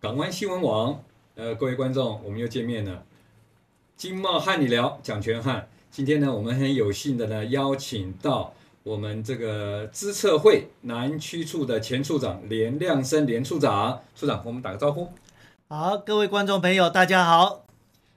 港湾新闻网，呃，各位观众，我们又见面了。经贸和你聊，蒋全汉。今天呢，我们很有幸的呢，邀请到我们这个资策会南区处的前处长连亮生连处长，处长，我们打个招呼。好，各位观众朋友，大家好，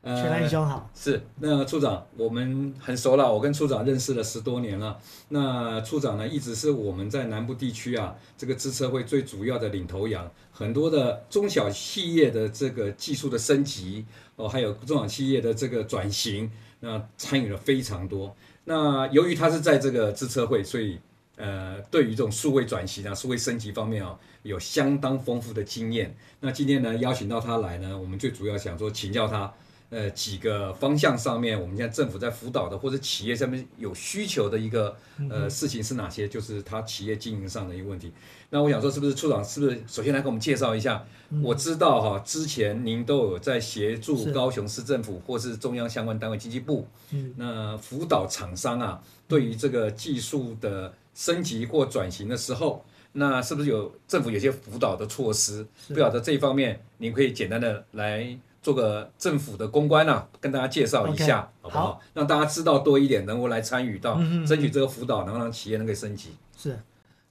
呃全安兄好，是，那处长，我们很熟了，我跟处长认识了十多年了。那处长呢，一直是我们在南部地区啊，这个资策会最主要的领头羊，很多的中小企业的这个技术的升级哦，还有中小企业的这个转型，那参与了非常多。那由于他是在这个资策会，所以呃，对于这种数位转型啊、数位升级方面啊，有相当丰富的经验。那今天呢，邀请到他来呢，我们最主要想说请教他。呃几个方向上面，我们现在政府在辅导的或者企业上面有需求的一个呃事情是哪些？就是它企业经营上的一个问题。那我想说，是不是处长，是不是首先来给我们介绍一下？我知道哈，之前您都有在协助嗯是高雄市政府或是中央相关单位经济部，嗯那辅导厂商啊，对于这个技术的升级或转型的时候。那是不是有政府有些辅导的措施？不晓得这一方面，您可以简单的来做个政府的公关啊，跟大家介绍一下 OK，好不好？让大家知道多一点，能够来参与到、嗯嗯嗯争取这个辅导，能够让企业能够升级。是，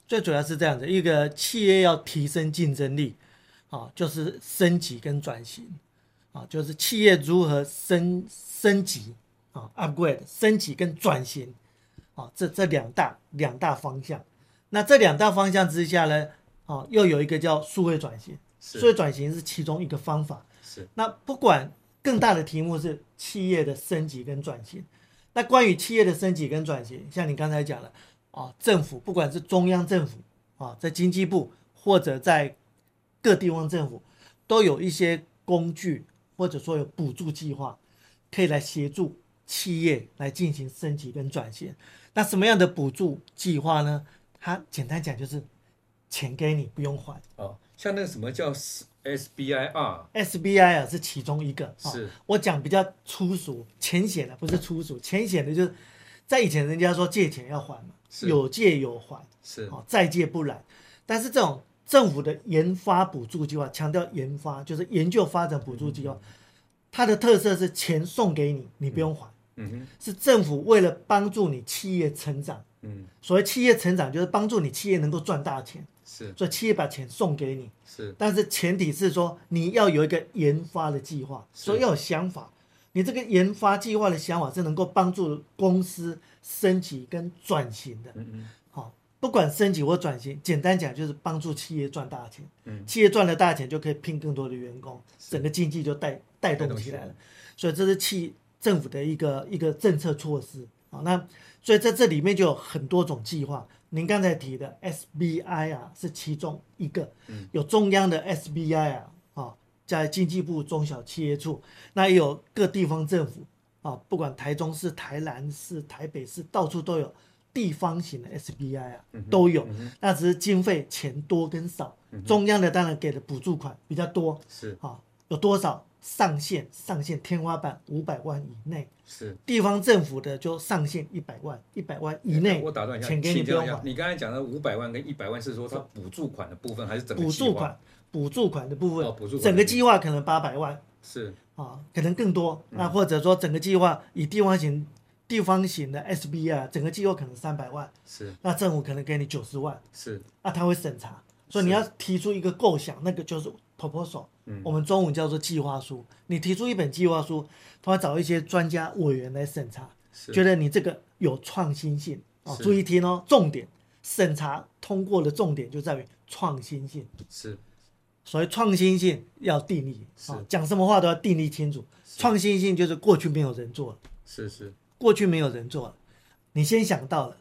最主要是这样子，一个企业要提升竞争力，啊，就是升级跟转型，啊，就是企业如何升升级啊，upgrade 升级跟转型，啊，这这两大两大方向，那这两大方向之下呢，啊，又有一个叫数位转型，数是位转型是其中一个方法。是那不管更大的题目是企业的升级跟转型。那关于企业的升级跟转型，像你刚才讲了啊，政府不管是中央政府啊，在经济部或者在各地方政府，都有一些工具或者说有补助计划，可以来协助企业来进行升级跟转型。那什么样的补助计划呢？它简单讲就是钱给你不用还。哦，像那个什么叫 S- SBIR， SBI 啊是其中一个，啊是我讲比较粗俗、浅显的，不是粗俗，浅显的就是在以前人家说借钱要还嘛，是有借有还，是哦，再借不来。但是这种政府的研发补助计划，强调研发就是研究发展补助计划，嗯它的特色是钱送给你，你不用还，嗯哼是政府为了帮助你企业成长。嗯所谓企业成长，就是帮助你企业能够赚大钱，是所以企业把钱送给你，是但是前提是说你要有一个研发的计划，是所以要有想法。你这个研发计划的想法是能够帮助公司升级跟转型的。嗯嗯好、不管升级或转型，简单讲就是帮助企业赚大钱。嗯企业赚了大钱就可以聘更多的员工，是整个经济就带带动起带来动了。所以这是企政府的一个一个政策措施啊、好那所以在这里面就有很多种计划，您刚才提的 SBI 啊是其中一个，嗯有中央的 SBI 啊，啊、在经济部中小企业处，那也有各地方政府啊、不管台中市、台南市、台北市，到处都有地方型的 SBI 啊，嗯都有。那只是经费钱多跟少，中央的当然给的补助款比较多，是啊、有多少上限？上限天花板五百万以内，是。地方政府的就上限一百万，一百万以哎内，我打断一下，钱给你请不教用一下还，。你刚才讲的五百万跟一百万是说它补助款的部分，还是整个补计助划款，补助款的部分，哦补助款整个的计划可能八百万是啊，可能更多。嗯那或者说整个计划以地方型地方型的 SB 啊，整个计划可能三百万，是那政府可能给你九十万，是那他会审查，所以你要提出一个构想，那个就是 proposal，、嗯我们中文叫做计划书。你提出一本计划书，他会找一些专家委员来审查，是觉得你这个有创新性哦，是注意听哦，重点审查通过的重点就在于创新性。是所谓创新性要定义是啊、讲什么话都要定义清楚。创新性就是过去没有人做了，是是过去没有人做了，你先想到了，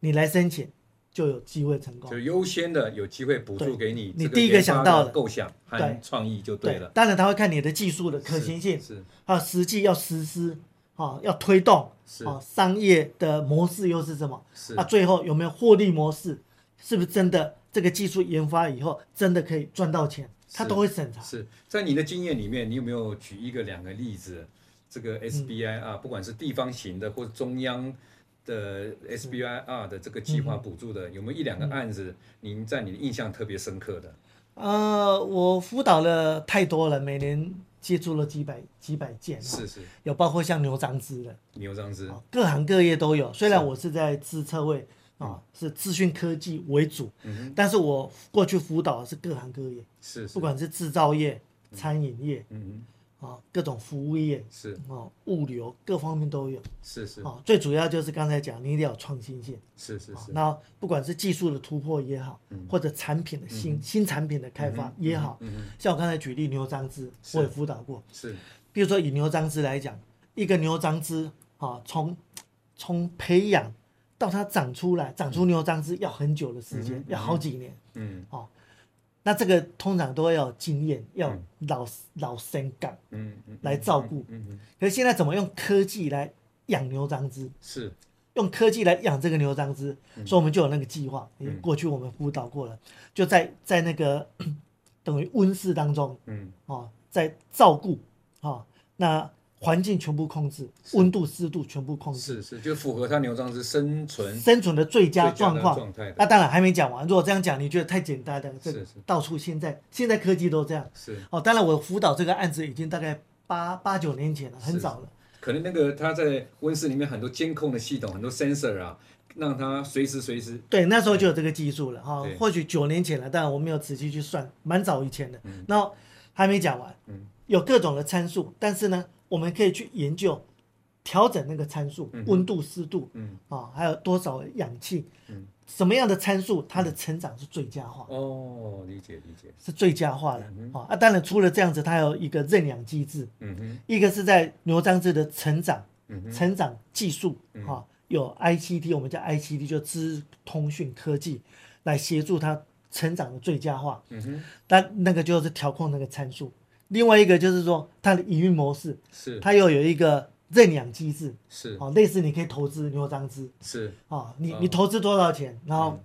你来申请就有机会成功就。优先的有机会补助对给你这哦你第一个研发想到的的构想和对创意就对了，当然他会看你的技术的可是行性，是还有实际要实施啊、要推动是啊、商业的模式又是什么？是啊，最后有没有获利模式？是不是真的这个技术研发以后真的可以赚到钱？他是都会审查。是在你的经验里面，你有没有举一个两个例子？这个嗯 SBI 啊，不管是地方型的或者中央的嗯 SBI R 的这个计划补助的，有没有一两个案子您在你的印象特别深刻的？呃，我辅导了太多了，每年接触了几百几百件，是是，有包括像牛樟芝的，牛樟芝，啊各行各业都有。虽然我是在自测位啊，是资讯科技为主，嗯但是我过去辅导的是各行各业哼，，是是不，管是制造业、餐饮业嗯啊，各种服务业哼，是啊，物流各方面都有是是啊。最主要就是刚才讲，你一定要有创新性。是是啊是，嗯那不管是技术的突破也好，或者产品的新、新产品的开发也好，像我刚才举例牛樟芝，是我也辅导过。嗯是比如说以牛樟芝来讲，一个牛樟芝啊，从从培养到它长出来，长出牛樟芝要很久的时间，嗯嗯哼要好几年。嗯那这个通常都要有经验，要有老、老生感嗯嗯来照顾。嗯嗯可是现在怎么用科技来养牛樟芝？是用科技来养这个牛樟芝，嗯所以我们就有那个计划。也过去我们辅导过了，就在在那个 等于温室当中嗯哦，在照顾哦，那环境全部控制，温度、湿度全部控制，是是，就符合它牛樟芝生存生存的最佳最状的况。状态的，那当然还没讲完，如果这样讲你觉得太简单了，这是是到处现在现在科技都这样是哦。当然我辅导这个案子已经大概八八九年前了，很是早了。可能那个它在温室里面很多监控的系统，很多 sensor 啊，让它随时随时对，那时候就有这个技术了哈、对或许九年前了，但我没有仔细去算，蛮早以前的。然后还没讲完，嗯有各种的参数，但是呢，我们可以去研究调整那个参数，嗯哼温度、湿度，嗯啊、还有多少氧气，嗯什么样的参数它的成长是最佳化，哦，理解理解，是最佳化的啊、嗯啊！当然除了这样子，它有一个认养机制，嗯哼一个是在牛樟芝的成长、嗯哼成长技术嗯啊、有 ICT，我们叫 ICT，就资通讯科技来协助它成长的最佳化。嗯哼那那个就是调控那个参数。另外一个就是说它的营运模式，是它又有一个认养机制，是哦，类似你可以投资牛樟芝是啊，你哦你投资多少钱，然后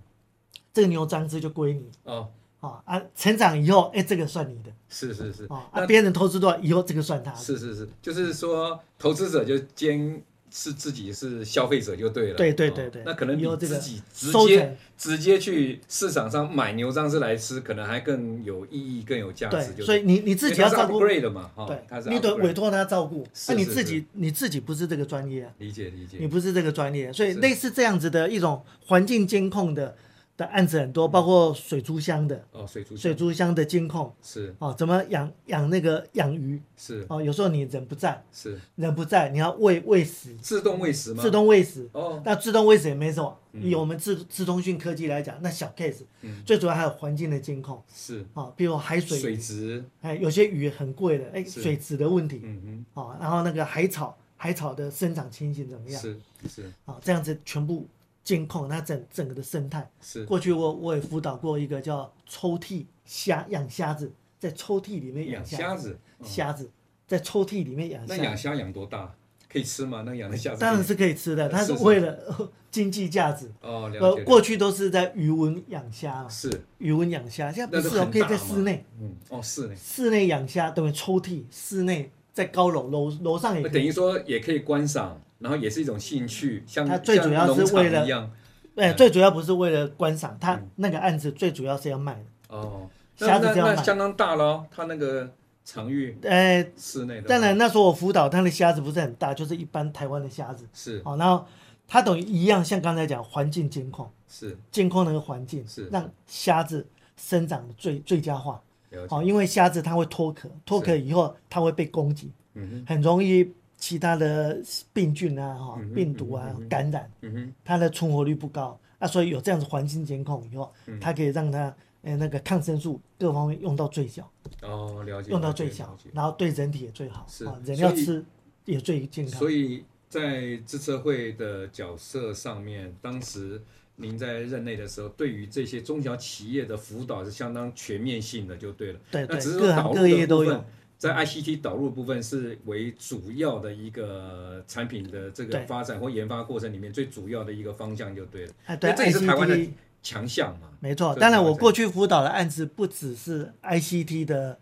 这个牛樟芝就归你哦啊啊，成长以后，哎，这个算你的是是是啊，那啊，别人投资多少以后，这个算他的。是是是，就是说投资者就兼是自己是消费者就对了。对对对哦对那可能以比后这自个己直收接成直接去市场上买牛樟芝来吃，可能还更有意义、更有价值。就是对，所以你你自己要因为它照是顾 upgrade 嘛，哈、它是对，你得 upgrade 委托他照顾。是那你是自己你自己不是这个专业啊，理解理解你不是这个专业，所以是类似这样子的一种环境监控的的案子很多，包括水族箱的哦，嗯水族水族箱的监控是哦，怎么养养那个养鱼是哦，有时候你人不在，是人不在，你要喂喂食，自动喂食吗？自动喂食。哦那自动喂食也没什么，以我们自自通讯科技来讲，那小 case，、嗯最主要还有环境的监控是啊、哦，比如海水，水质，哎，有些鱼很贵的，哎，是水质的问题，嗯哦，然后那个海草海草的生长情形怎么哼，样？是是哦，这样子全部监控它整整个的生态。是过去我我也辅导过一个叫抽屉虾养虾子，在抽屉里面养养虾子，子，哦虾子在抽屉里面养那虾养子，虾养多大？可以吃吗？那养的虾子当然可以是可以吃的，它是是是为了 经济价值。哦，了呃解，了过去都是在鱼温养虾嘛，是鱼温养虾，现在那不都是哦，很可以大在嘛室内，嗯哦是呢。室内养虾等于抽屉，室内在高楼楼楼上也那可以等于说也可以观赏，然后也是一种兴趣，像它最主要是像农场为了一样哎，嗯最主要不是为了观赏，他那个案子最主要是要卖的。哦。那虾子那这样那买相当大咯，它那个场域哎，室内的，当然那时候我辅导他的虾子不是很大，就是一般台湾的虾子。是好、然后他等于一样，像刚才讲环境监控，是监控那个环境，是让虾子生长的最最佳化。哦了解，好、因为虾子它会脱壳，脱壳以后它会被攻击，嗯哼很容易其他的病菌啊、哈、嗯哼病毒啊嗯、哼感染，嗯哼它的存活率不高。那、所以有这样子环境监控以后，嗯它可以让它。呃，那个抗生素各方面用到最小。哦了解，用到了解最小了解，然后对人体也最好是啊，人所要以吃也最健康。所以在自测会的角色上面，当时您在任内的时候，对于这些中小企业的辅导是相当全面性的，就对了。对那对只是，说各导行入各业的部都有分。，在嗯 ICT 导入部分是为主要的一个产品的这个对发展或研发过程里面最主要的一个方向就对了，哎，对那这也是台湾的 ICT，强项嘛。没错。这当是然，台我湾过去辅导的案子不只是 ICT 的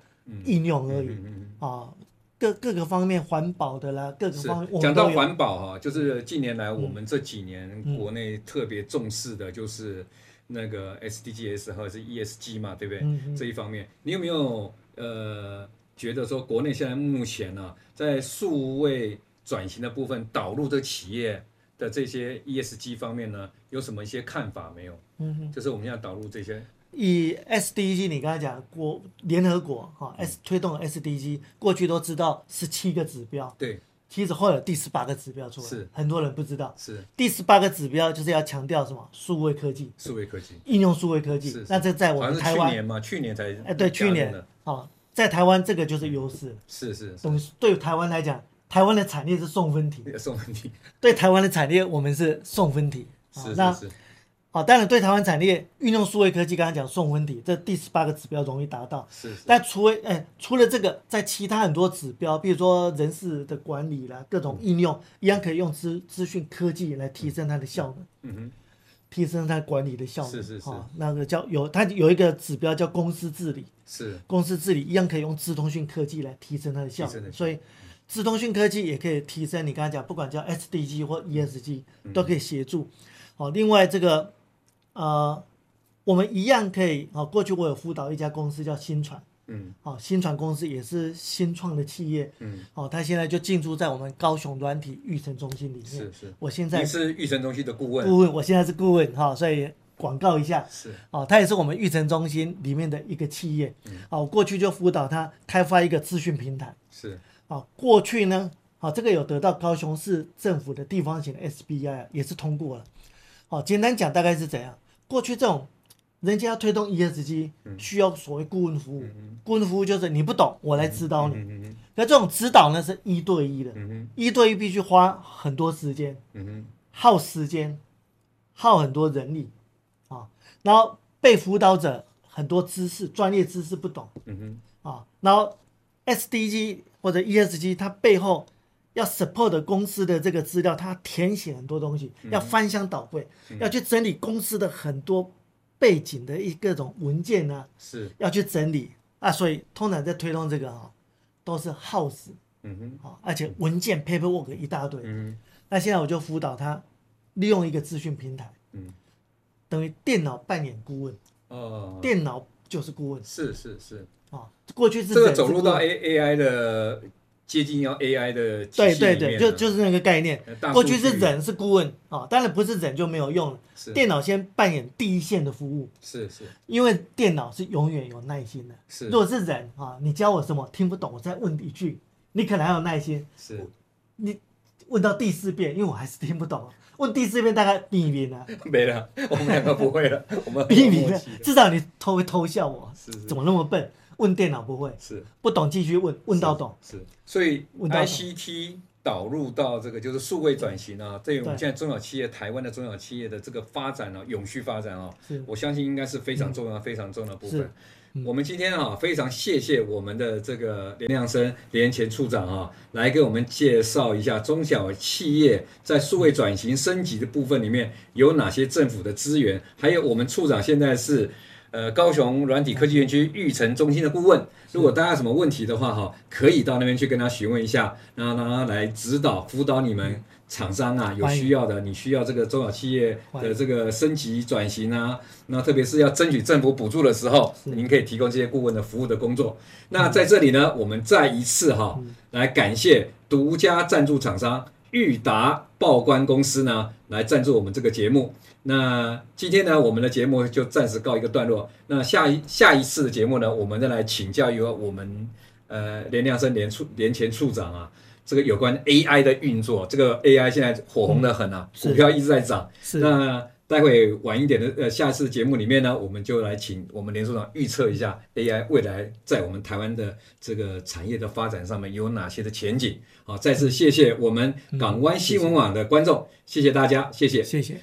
应用而已嗯嗯啊，各各个方面环保的啦，各嗯，个是方面我讲们到都有。嗯环保哈、就是近年来我们这几年国内特别重视的就是那个 SDGs 或者是 ESG 嘛，对不对？嗯嗯这一方面，你有没有呃觉得说国内现在目前呢、啊在数位转型的部分导入这企业的这些 ESG 方面呢，有什么一些看法没有？嗯哼，就是我们要导入这些，以 SDG 你刚才讲国联合国哈、S 嗯推动 SDG，过去都知道十七个指标，对，其实后来有第十八个指标出来，是很多人不知道。是第十八个指标就是要强调什么？数位科技，数位科技。应用数位科技。是是那这在我好像们是台去湾，年嘛，去年才哎，对，去加入年的哦，在台湾这个就是优势了。是是我们对台湾来讲，台湾的产业是送分题，是送问题，对台湾的产业我们是送分题。哦是那是是，好、当然对台湾产业运用数位科技，刚刚讲送分题，这第十八个指标容易达到。是是但除了哎，除了这个，在其他很多指标，比如说人事的管理啦，各种应嗯用，一样可以用资资讯科技来提升它的效能，嗯哼，提升它管理的效能。是是是哦那个叫有它有一个指标叫公司治理，是公司治理一样可以用资通讯科技来提升它的效提升它能。的所以，资通讯科技也可以提升你刚才讲，不管叫 SDG 或 ESG，都嗯可以协助。好、另外这个呃，我们一样可以。哦好、过去我有辅导一家公司叫新传。嗯哦，新传公司也是新创的企业，嗯，哦，它现在就进驻在我们高雄软体育成中心里面。是是。我现在您是育成中心的顾问，顾问，我现在是顾问哈、所以广告一下，是哦，它也是我们育成中心里面的一个企业，嗯哦，我过去就辅导它开发一个资讯平台，是哦，过去呢，哦，这个有得到高雄市政府的地方型的 SBI 啊也是通过了，哦，简单讲大概是怎样，过去这种人家要推动 ESG，嗯需要所谓顾问服务，顾问服务就是你不懂，我来指导你。嗯嗯那这种指导呢是一对一的，嗯哼一对一必须花很多时间，嗯哼耗时间，耗很多人力啊。然后被辅导者很多知识、专业知识不懂嗯哼啊。然后 SDG 或者 ESG 它背后要 support 的公司的这个资料，它要填写很多东西，嗯要翻箱倒柜，要去整理公司的很多背景的一各种文件啊，是要去整理啊。所以通常在推动这个啊，都是耗时。嗯哼啊，而且文件 paperwork 一大堆。嗯那现在我就辅导他利用一个资讯平台，嗯等于电脑扮演顾问，哦，电脑就是顾问是是是，啊。过去是这个只走入到是 A A I 的接近要 A I 的顾问体对系对里面对，了就就是那个概念呃大。数过去是据人是顾问啊，当然不是人就没有用了。是电脑先扮演第一线的服务，是是因为电脑是永远有耐心的。是如果是人啊，你教我什么听不懂，我再问一句，你可能还有耐心。是 你问到第四遍，因为我还是听不懂，问第四遍大概避免了。没了，我们两个不会了，我 们逼很你默的契，的至少你偷会偷笑我，是是怎么那么笨？问电脑不会，是不懂继续问，问到懂。是，所以问到 I C T 导入到这个就是数位转型啊，对于我们对现在中小企业台湾的中小企业的这个发展啊，永续发展啊，是嗯我相信应该是非常重要、非常重要的部是嗯分。我们今天啊，非常谢谢我们的这个连亮生连前处长啊，来给我们介绍一下中小企业在数位转型升级的部分里面有哪些政府的资源，还有我们处长现在是。呃，高雄软体科技园区育成中心的顾问，如果大家有什么问题的话，哈，可以到那边去跟他询问一下，然后让他来指导辅导你们厂商啊，有欢迎需要的，你需要这个中小企业的这个升级转型啊，那特别是要争取政府补助的时候，您可以提供这些顾问的服务的工作。嗯那在这里呢，我们再一次哈、来感谢独家赞助厂商裕达报关公司呢来赞助我们这个节目。那今天呢，我们的节目就暂时告一个段落。那下一下一次的节目呢，我们再来请教一个我们呃连亮生连处连前处长啊，这个有关 AI 的运作，这个 AI 现在火红的很啊，嗯是股票一直在涨。是那待会晚一点的呃，下次节目里面呢，我们就来请我们连署长预测一下 AI 未来在我们台湾的这个产业的发展上面有哪些的前景。好，再次谢谢我们港湾新闻网的观众，谢谢大家，谢谢。谢谢。